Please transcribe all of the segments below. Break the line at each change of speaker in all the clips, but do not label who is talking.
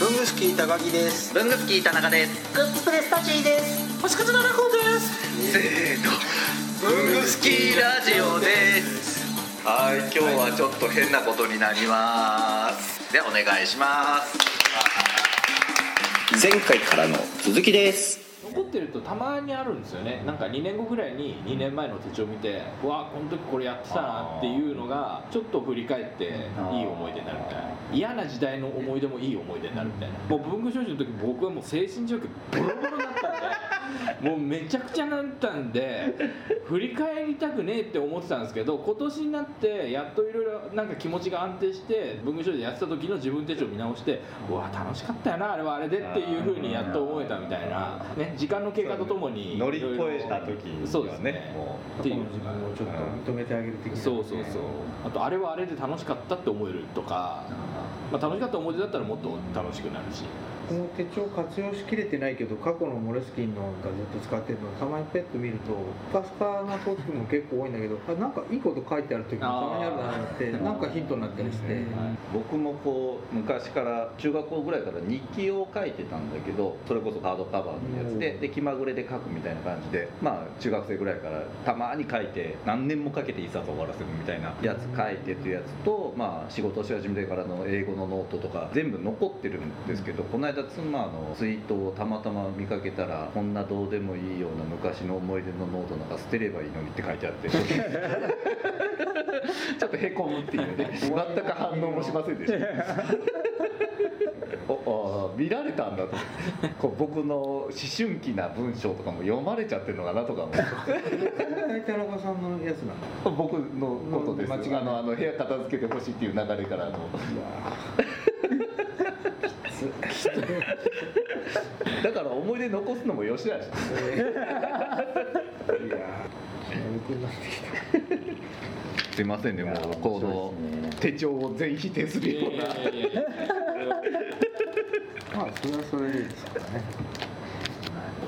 ロングスキー高木です
ブングスキー田中です
グッズプレスタジーです星屑のラコです
せーのブングスキーラジオですはい今日はちょっと変なことになりますではお願いします
前回からの続きです
残ってるとたまにあるんですよねなんか2年後ぐらいに2年前の手帳見てうわこの時これやってたなっていうのがちょっと振り返っていい思い出になるみたいな嫌な時代の思い出もいい思い出になるみたいなもう文具少女の時僕はもう精神状況ボロボロだったんでもうめちゃくちゃなったんで振り返りたくねえって思ってたんですけど今年になってやっといろいろなんか気持ちが安定して文具少女やってた時の自分手帳見直してうわ楽しかったよなあれはあれでっていうふうにやっと思えたみたいな、ね、時間の経過とともに
乗り越えた時にはね
そうですね
も
っていう
自分をちょっと認めてあげる的な
そうそうそうあとあれはあれで楽しかったって思えるとか、まあ、楽しかった思い出だったらもっと楽しくなるし
この手帳活用しきれてないけど過去のモレスキンのがずっと使ってるのたまにペット見るとスカスカな時も結構多いんだけどあなんかいいこと書いてある時もたまにあるなと思ってなんかヒントになったりして、
僕もこう昔から中学校ぐらいから日記を書いてたんだけどそれこそカードカバーのやつでで気まぐれで書くみたいな感じでまあ中学生ぐらいからたまに書いて何年もかけて一冊終わらせるみたいなやつ書いてっていうやつとまあ仕事し始めてからの英語のノートとか全部残ってるんですけどこの間妻のツイートをたまたま見かけたらこんなどうでもいいような昔の思い出のノートなんか捨てればいいのにって書いてあって ちょっとへこむっていうね 全く反応もしませんでした おあ見られたんだと こう僕の思春期な文章とかも読まれちゃってるのかなとかも
大体田中さんのやつなの
僕のことです
間
あ
違いない
のあの部屋片付けてほしいっていう流れからのだから思い出残すのもよしだし
いや眠くなってきた
すいませんねもうこの手帳を全否定す
い
るよう
やい
な
やいやいやいや
まあそれはそれでいいですからね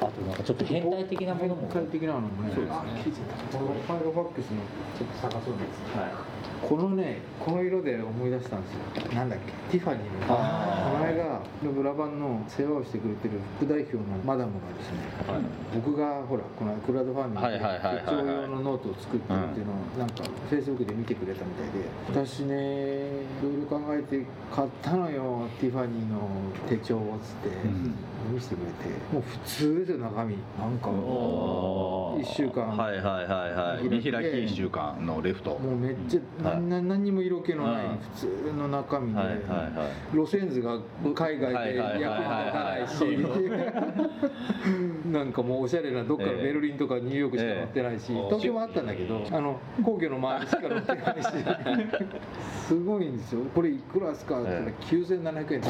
あとなんかちょっと変態的なものも
具体的なのもね
そうですね
あ気づいたこのファイルファックスのちょっと探そうなんですこのねこの色で思い出したんですよなんだっけティファニーの
あ
前がブラバンの世話をしてくれてる副代表のマダムがですね、僕がほらこのクラウドファンディングで
はいはいはいはいはい
手帳用のノートを作ってるっていうのをなんかフェイスブックで見てくれたみたいで、私ねいろいろ考えて買ったのよティファニーの手帳をつって、見せてくれてもう普通ですよ中身なんか
おー
1週間
はいはいはいはい見開き一週間のレフト
もうめっちゃ、
はい
な何にも色気のない
うん
普通の中身で、
はいはいはい
路線図が海外で役に立たない
はい
し
はいはい
なんかもうおしゃれなどっかのベルリンとかニューヨークしか乗ってないし、
ええ
東京もあったんだけどあの皇居の周りしか乗ってないしすごいんですよこれいくらですかって言ったら9700円で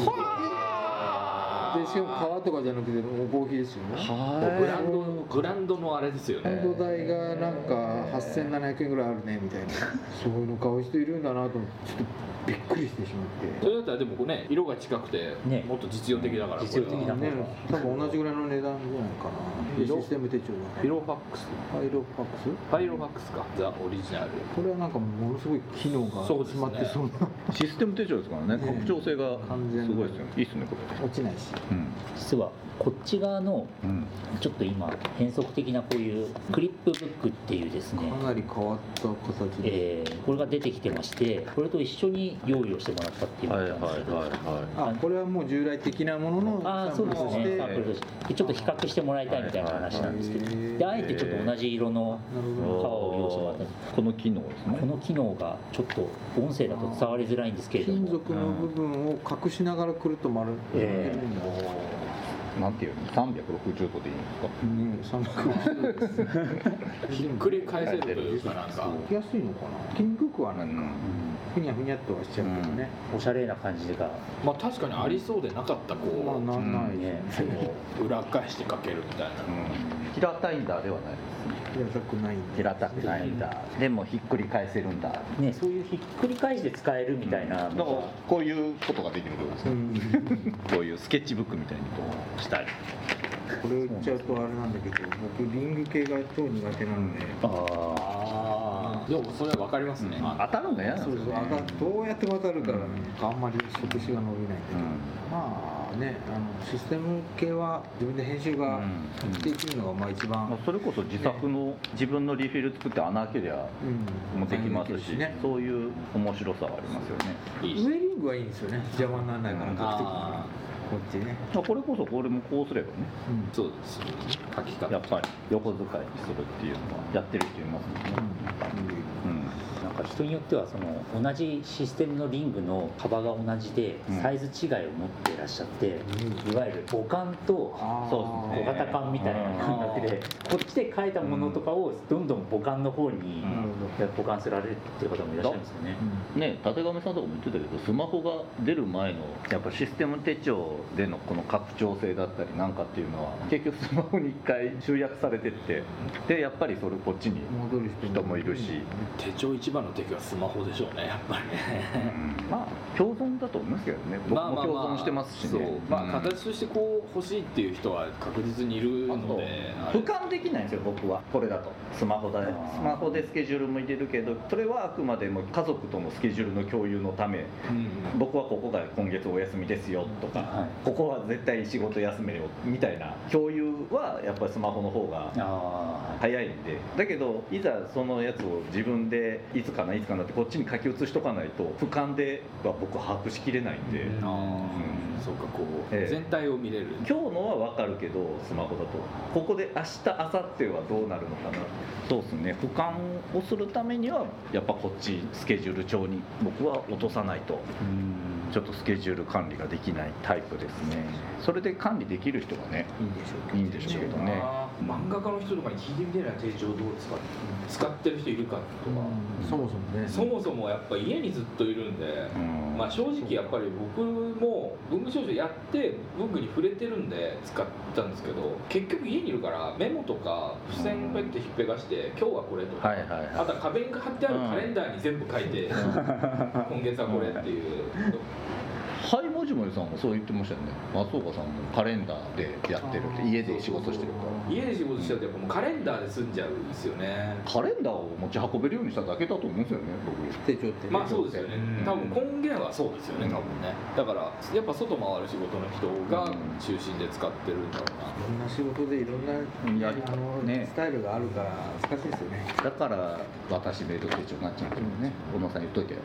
でしかも革とかじゃなくてもう合皮ですよね
グランドグランドのあれですよ
ハ
ね
ンド代がなんか8700円ぐらいあるねみた いなそういうの買う人いるんだなと思ってちょっとびっくりしてしまって
それだったらでもこうね色が近くて
ね
もっと実用的だから
実用的な
こ
ね、多分同じぐらいの値段じゃないかな
色
システム手帳
れは
が
ピ
ね
ローファックス
パイロファックス
パイローファックスかザ・オリジナル
これはなんかものすごい機能が
そうです
詰
ね
まってそうな
システム手帳ですからね
ね
拡張性が
完全
す
に
ごいですよねいいっすねこれ
落ちないし
うん
実はこっち側の
うん
ちょっと今変則的なこういうクリップブックっていうですね
かなり変わった形で、
えーこれが出てきてましてこれと一緒に用意をしてもらったっていう
は
こ
い
と
はい
なん
は
ですけど、
いはい
あこれはもう従来的なものの
ああそうです
サンプ
ね
ルと
サン
して
プルとしてちょっと比較してもらいたいみたいな話なんですけ
はいはいはい
どであえてちょっと同じ色の
なる
皮
ほど
を用意してもらったんです
この機能ですね
この機能がちょっと音声だと伝わりづらいんですけれど
金
も
属の部分を隠しながらくるっと丸める
え
んだ、
なんていうの360度でいいんですか
ね360ですね
ひっくり返せるというかなんか
きやすいのかな金くくはないか、ふにゃふにゃっとはしちゃうけどね、
おしゃれな感じが
まあ確かにありそうでなかった
ま
こう
あなんない
ね
ですね
裏返してかけるみたいな
平たいんだではない
やりたくないんで
平たくないんだでもひっくり返せるんだだか
ねそういうひっくり返して使えるみたい
ら
な、
こういうことができるってことです
う
ね
ん
こういうスケッチブックみたいにこうしたい
これを言っちゃうとあれなんだけど僕リング系が超苦手なので
ああ
でもそれは分かりますね、
当たるのが嫌な
そ
ん
う
です
そう
よね
あがどうやって渡るからね、あんまり食事が伸びないんだけ
う
ど、
ん
まあねあのシステム系は自分で編集ができるのがまあ一番、
まあそれこそ自作の自分のリフィル作って穴開けりゃ
うん
もうできますし、
ね
そういう面白さはありますよね
いい
ウェリングはいいんですよね邪魔にならないから
うん
画期的
あ
こっちね、
まあこれこそこれもこうすればね
うん
そうですよね書き
や
方
っぱり横使いにするっていうのはやってる人いますもんね、うん
なんか人によってはその同じシステムのリングの幅が同じで
うん
サイズ違いを持っていらっしゃって、
う
いわゆる母管と
あー
そうです
小
ね
型管みたいな感覚で、こっちで書いたものとかをどんどん母管の方に
うん
なるほど
保管せられるっていう方もいらっしゃるんですよね。
ねえ立上さんとかも言ってたけどスマホが出る前のやっぱシステム手帳でのこの拡張性だったりなんかっていうのは結局スマホに一回集約されてってでやっぱりそれこっちに
うん戻る人
人もいるし、
手帳一番の敵はスマホでしょうねやっぱりね
まあ共存だと思いますけどね僕も共存してますし
そ
ね
うまあ
うん
形としてこう欲しいっていう人は確実にいる
あ
の
と
であれ
俯瞰できないんですよ僕はこれだとスマホだね
あー
スマホでスケジュールも入れるけどそれはあくまでも家族とのスケジュールの共有のため
うん
僕はここが今月お休みですよとか、
はい
ここは絶対仕事休めよみたいな共有はやっぱりスマホの方が
あ
早いんでだけどいざそのやつを自分でいつかないつかなってこっちに書き写しとかないと俯瞰では僕把握しきれないんで、
うん
今
あーそうかこう、
ええ
全体を見れる
日のは分かるけどスマホだとここで明日明後日はどうなるのかなそうですね俯瞰をするためにはやっぱこっちスケジュール帳に僕は落とさないと
あ、うん
ちょっとスケジュール管理ができないタイプですねそれで管理できる人がね
いいんでしょ
いいんで
うけど
しょうけどね
漫画家の人とかに聞いてみたいな手帳どう使って使ってる人いるかとか、
そもそもね
そもそもやっぱ家にずっといるんで、
うん
まあ、正直やっぱり僕も文具少女やって文具に触れてるんで使ったんですけど結局家にいるからメモとか付箋ペッてひっぺがして今日はこれとか、
はいはい
あ
は
と は壁に貼ってあるカレンダーに全部書いて、今月はこれっていう、
いはいもじもじさんもそう言ってましたよね松岡さんもカレンダーでやってるって家で仕事してるか
家で仕事しちゃうとやっぱもうカレンダーで済んじゃうんですよね
らカレンダーを持ち運べるようにしただけだと思うんですよね
手帳ってね
まあそうですよね
うん
多分根源はそうですよね
うん
多分ねだからやっぱ外回る仕事の人が中心で使ってるんだろうない
ろんな仕事でいろんな、
や
あの
ね
スタイルがあるから難しいですよね
僕だから私メール手帳になっちゃうんですよね小野さん言っと いてよ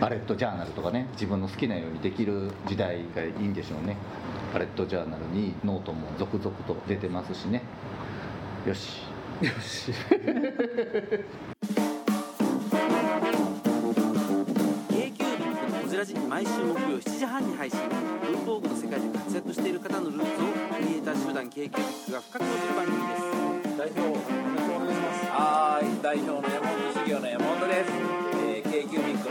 バレットジャーナルとかね自分の好きなようにできる時代がいいんでしょうねバレットジャーナルにノートも続々と出てますしねよしよし
毎週木曜7時半に配信文房具の世界で活躍している方のルーツをクリエイター集団 KQ ビッグが深く落ちる番組です代表お願いしますはーい代表の山本修行の山本です、えー、KQ ビッグ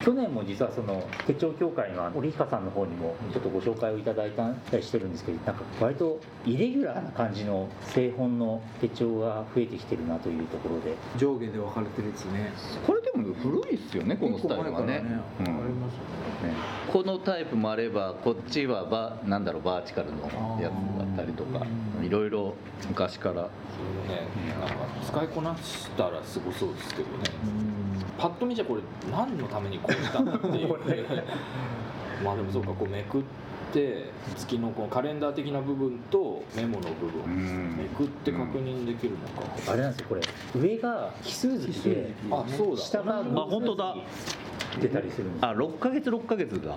去年も実はその手帳協会の織彦さんの方にもちょっとご紹介をいただいたりしてるんですけどなんか割とイレギュラーな感じの製本の手帳が増えてきてるなというところで
上下で分かれてるやつね
これでも古いっすよねこのスタイルはね
結構前からねありますよ
うんねこのタイプもあればこっちはバなんだろうバーチカルのやつだったりとかいろいろ昔から
ねなんか使いこなしたらすごそうですけどねパッと見じゃこれ何のためにこうしたんだっていうまあでもそうかこうめくって月のこのカレンダー的な部分とメモの部
う
分
ん
めくって確認できるのか、
あれなんですよこれ上が奇数月で
あそうだ
下が偶数月
あ
に
本当だ
出たりするんですよ
あ6ヶ月6ヶ月が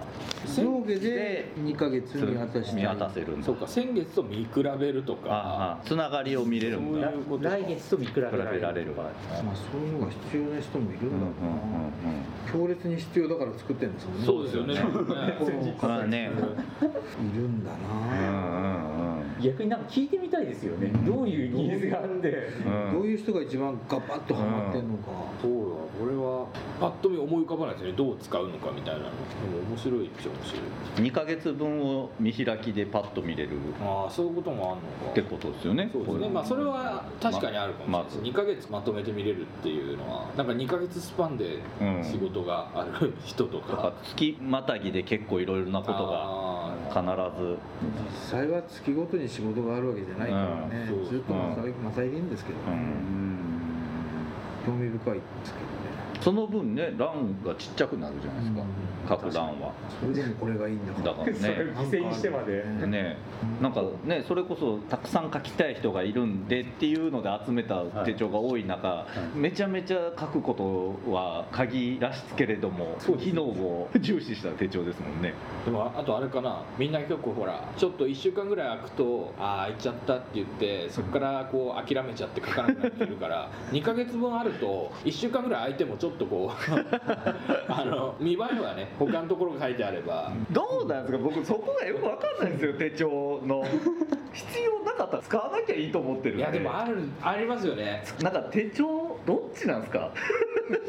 上下で2ヶ月見渡したい
見渡せるんだ
そうか先月と見比べるとか
ああつながりを見れるんだ
そういうことか
来月と見比べら
比
れ
べ
る
られる場合
まあそういうのが必要な人もいるんだろうな、強烈に必要だから作ってるんですもんね
そうですよね
この
まあね
いるんだ
うんう
な、
んうん
逆になんか聞いてみたいですよね、どういうニーズがあって、
うん
どういう人が一番ガバッとハマってんのか、
そうだ俺はパッと見思い浮かばないですよねどう使うのかみたいなのでも面白いっちゃ面白い
2ヶ月分を見開きでパッと見れる
ああそういうこともあ
って
るのか
ことですよね
そうですねまあそれは確かにあるかもしれないです、2ヶ月まとめて見れるっていうのはなんか2ヶ月スパンで
うん
仕事がある人
と
と
か
か、
月またぎで結構いろいろなことが
あー
必ず
実際は月ごとに仕事があるわけじゃないからね、
うん
ずっとまさまさいげんですけど、
うん
興味深いですけどね
その分ね欄がちっちゃくなるじゃないですか、
うん
各欄は
それでもこれがいいんだから
だからね
犠牲にしてまで
ねなんかねそれこそたくさん書きたい人がいるんでっていうので集めた手帳が多い中、
い
めちゃめちゃ書くことは鍵らしつけれども、
そうですね
機能 を重視した手帳ですもんね
でもああとあれかなみんな結構ほらちょっと1週間ぐらい空くとああ空いちゃったって言ってそこからこう諦めちゃって書かなくなってるから2ヶ月分あると1週間ぐらい空いてもちょっとこう あの見栄えはね他のところが書いてあれば
どうなんですか僕そこがよくわかんないんですよ手帳 の必要なかったら使わなきゃいいと思ってるん
い
で
やでもあるありますよね
なんか手帳どっちなんですか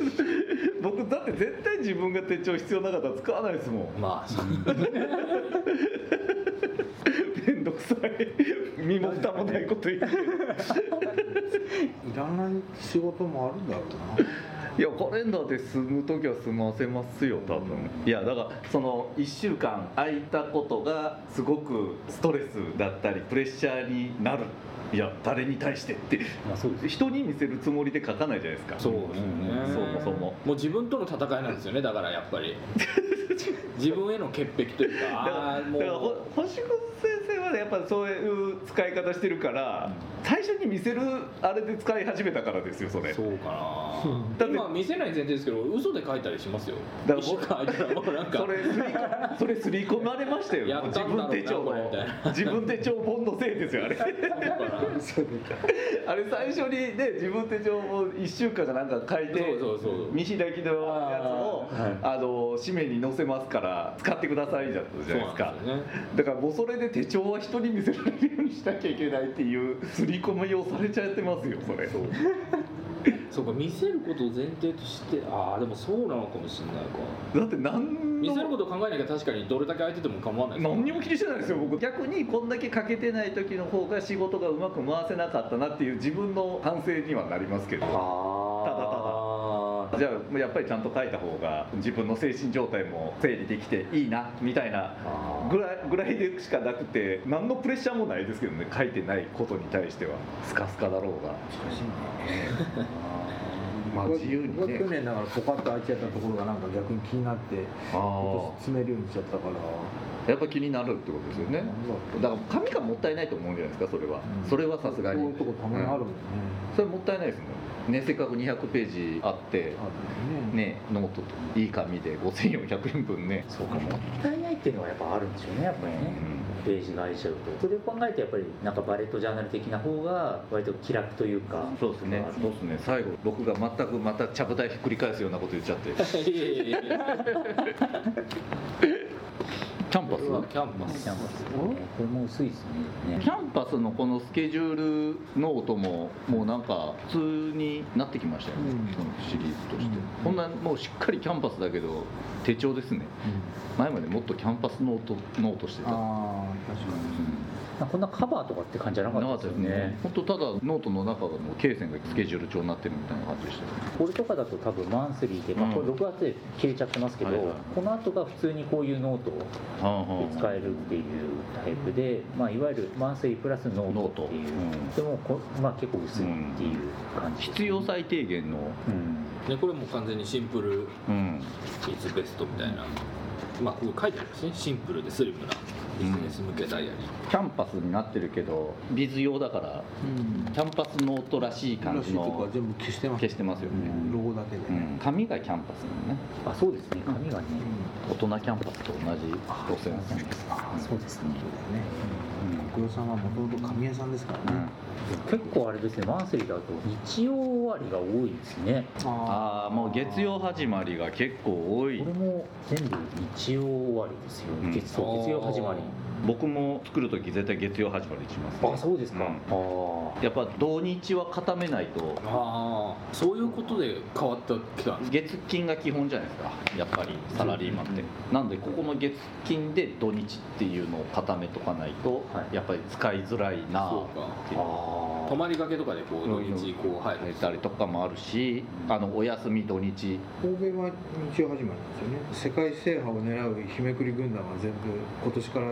僕だって絶対自分が手帳必要なかったら使わないですもん
まあそう
めんどくさい身も蓋もないこと言って
いらない仕事もあるん だろうない
やカレンダーで済む時は済ませますよ多分いやだからその1週間空いたことがすごくストレスだったりプレッシャーになるいや誰に対してって
まあそうです
人に見せるつもりで書かないじゃないですか
そうですよね
そもそも
もう自分との戦いなんですよねだからやっ ぱり自分への潔癖というか
だから
ああも
だからほ
う
星屑先生はねやっぱそういう使い方してるから、最初に見せるあれで使い始めたからですよそれ
そうか
だって
な今見せない前提ですけど嘘で書いたりしますよ
だから
一週間空いたらもうなんか
それすりそれすり込まれましたよ
やったんだ
自
ろ
分手帳
うなこれみ
の
たいな
自分手帳本のせいですよあれあれ最初にね自分手帳を1週間かなんか書いて
そうそうそう
見開きのやつを
あーはい
あ、の紙面に載せますから使ってくださいじゃったじゃないですか
そうなんですよね
だからもうそれで手帳は人に見せられるようにしなきゃいけないっていう刷り込みをされちゃってますよそれ
そうか見せることを前提としてああでもそうなのかもしれないか
だって何
見せる
の
ことを考えなきゃ確かにどれだけ空いてても構わないです
何にも気にしてないですよ僕逆にこんだけ欠けてない時の方が仕事がうまく回せなかったなっていう自分の反省にはなりますけどただただ
あ
じゃあやっぱりちゃんと書いた方が自分の精神状態も整理できていいなみたいな
あ
ぐらいぐらいでしかなくて何のプレッシャーもないですけどね書いてないことに対してはスカスカだろうがまあ自由に
僕
ね
は去年だからポカッと開いちゃったところがなんか逆に気になって今年詰めるようにしちゃったから
やっぱ気になるってことですよね
なんだろう
だから紙がもったいないと思うんじゃないですかそれは、
うん
それはさすがに
そういうとこたまにあるもんね、
それもったいないですもんねせっかく200ページあって
あるよね
ねノートといい紙で5400円分ねそうかも、
もったいないっていうのはやっぱあるんでしょうねやっぱりね、ページが空いちゃうとそれを考えてやっぱりなんかバレットジャーナル的な方が割と気楽というか
そうですねそうですね最後僕が全くまたちゃぶ台ひっくり返すようなこと言っちゃって キ
いやいやいやいや
ャンパ
うわ
ス
キャンパス
なんかこれも薄いですね
キャンパスのこのスケジュールノートももうなんか普通になってきましたよね、
うん
そのシリーズとして、
うん
こんなもうしっかりキャンパスだけど手帳ですね前までもっとキャンパスノートノートしてた、うん
ああ確かに
なんかこんなカバーとかって感じじゃな
な
か
か
っ
ったた
で
ですす
ね
ね本当ただノートの中がもう経線がスケジュール帳になってるみたいな感じでしたよね
これとかだと多分マンスリーで、まあ、これ
うん
6月で消えちゃってますけど、
はいはい
この後が普通にこういうノート
はあ
で使えるっていうタイプで、まあ、いわゆるマンスリープラスノートっていう、
ノートうん
でもこ、まあ、結構薄いっていう感じですね、
必要最低限の、
うん
ねこれもう完全にシンプル
うん、
いつベストみたいなまあここ書いてあるんですねシンプルでスリムなビジネス向けダイヤリー、
キャンパスになってるけどビズ用だから
うん
キャンパスノートらしい感
ら
じ
しいとこ
の
は全部消してます
消してますよね、
ロゴだけで
う
ね、
ん、紙がキャンパスのね
あそうですね紙がね、
大人キャンパスと同じ路線ですね
あそうですね
そうだよね黒岩さんはもともと紙屋さんですからね、
結構あれですねマンスリーだと日曜終わりが多いですね
あ
ああもう月曜始まりが結構多
こ
い
れも全部日日曜終わりですよ、
うん
月そう月曜始まり
僕も作る時絶対月曜始まりにします、
あそうですか、
うん
ああ
やっぱ土日は固めないと
ああそういうことで変わったきたんです
月金が基本じゃないですかやっぱりサラリーマンって、なんでここの月金で土日っていうのを固めとかないと、
はい
やっぱり使いづらいな
そ
っ
うか
ていう
あ
泊まりがけとかでこう土
うん
日こう入
寝
る
たりとかもあるしあのお休み土日
欧米は日曜始まりなんですよね世界制覇を狙う日めくり軍団は全部今年から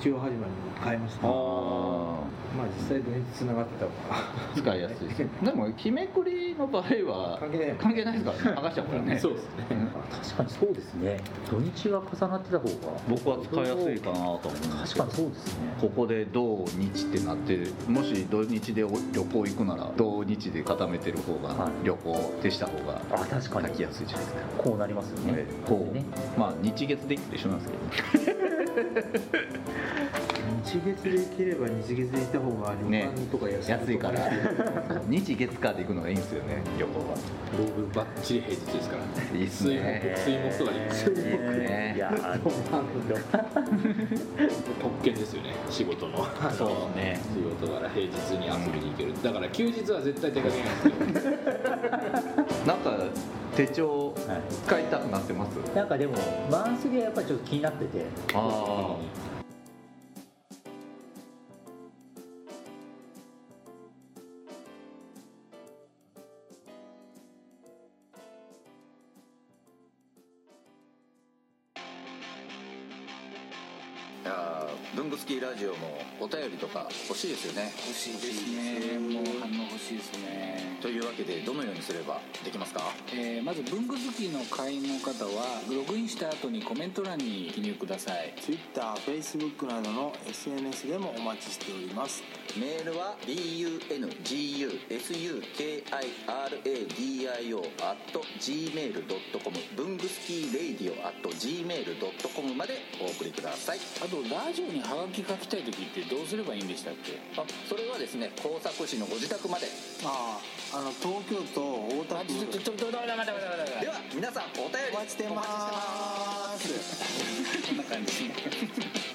日曜始まりに変えましたま
あ
あ実際土日つながってたから
ー使いや すいですねでも日めくりの場合は
関係ないよね
関係ないですからね剥がしちゃうからね
そうですね
あ確かにそうですね土日が重なってた方が
僕は使いやすいかなと思うんです
確
けど
かにそうですね
ここで土日ってなってもし土日でお旅行行くなら土日で固めてる方が
はい
旅行でした方が
あ確
書
かに
きやすいじゃないですか
こうなりますよね、
はいこ
ね
うまあ日月で一緒なんですけど
日月で行ければ日月で行った方が旅
ね
館とか安い,、
安いから 日月火で行くのがいいんですよね旅行は
僕バッチリ平日ですから
いいっす
水木
ね
水木とかに
水木
ね
いやー
特権ですよね仕事の
そうね
仕事から平日に遊びに行けるだから休日は絶対出かけないんですよ
なんか手帳
はい
使いたくなってます
なんかでもマンスリーはやっぱりちょっと気になってて
あ
いやー文具好きラジオもお便りとか欲しいですよね
欲しいですねもう反応欲しいですね
というわけでどのようにすればできますか
えーまず文具好きの会員の方はログインした後にコメント欄に記入ください
TwitterFacebook などの SNS でもお待ちしております
メールは bungusukiradio.gmail.com 文具スキーレイディオ .gmail.com までお送りください
あとラジオにハガキ書きたい時ってどうすればいいんでしたっけ
あそれはですね工作士のご自宅まで
あああの東京都大田
あ
区
ちょっとちょっと待って待って待って待って
では皆さんお便り
お待ちしてます
お待ちしてます
こんな感じ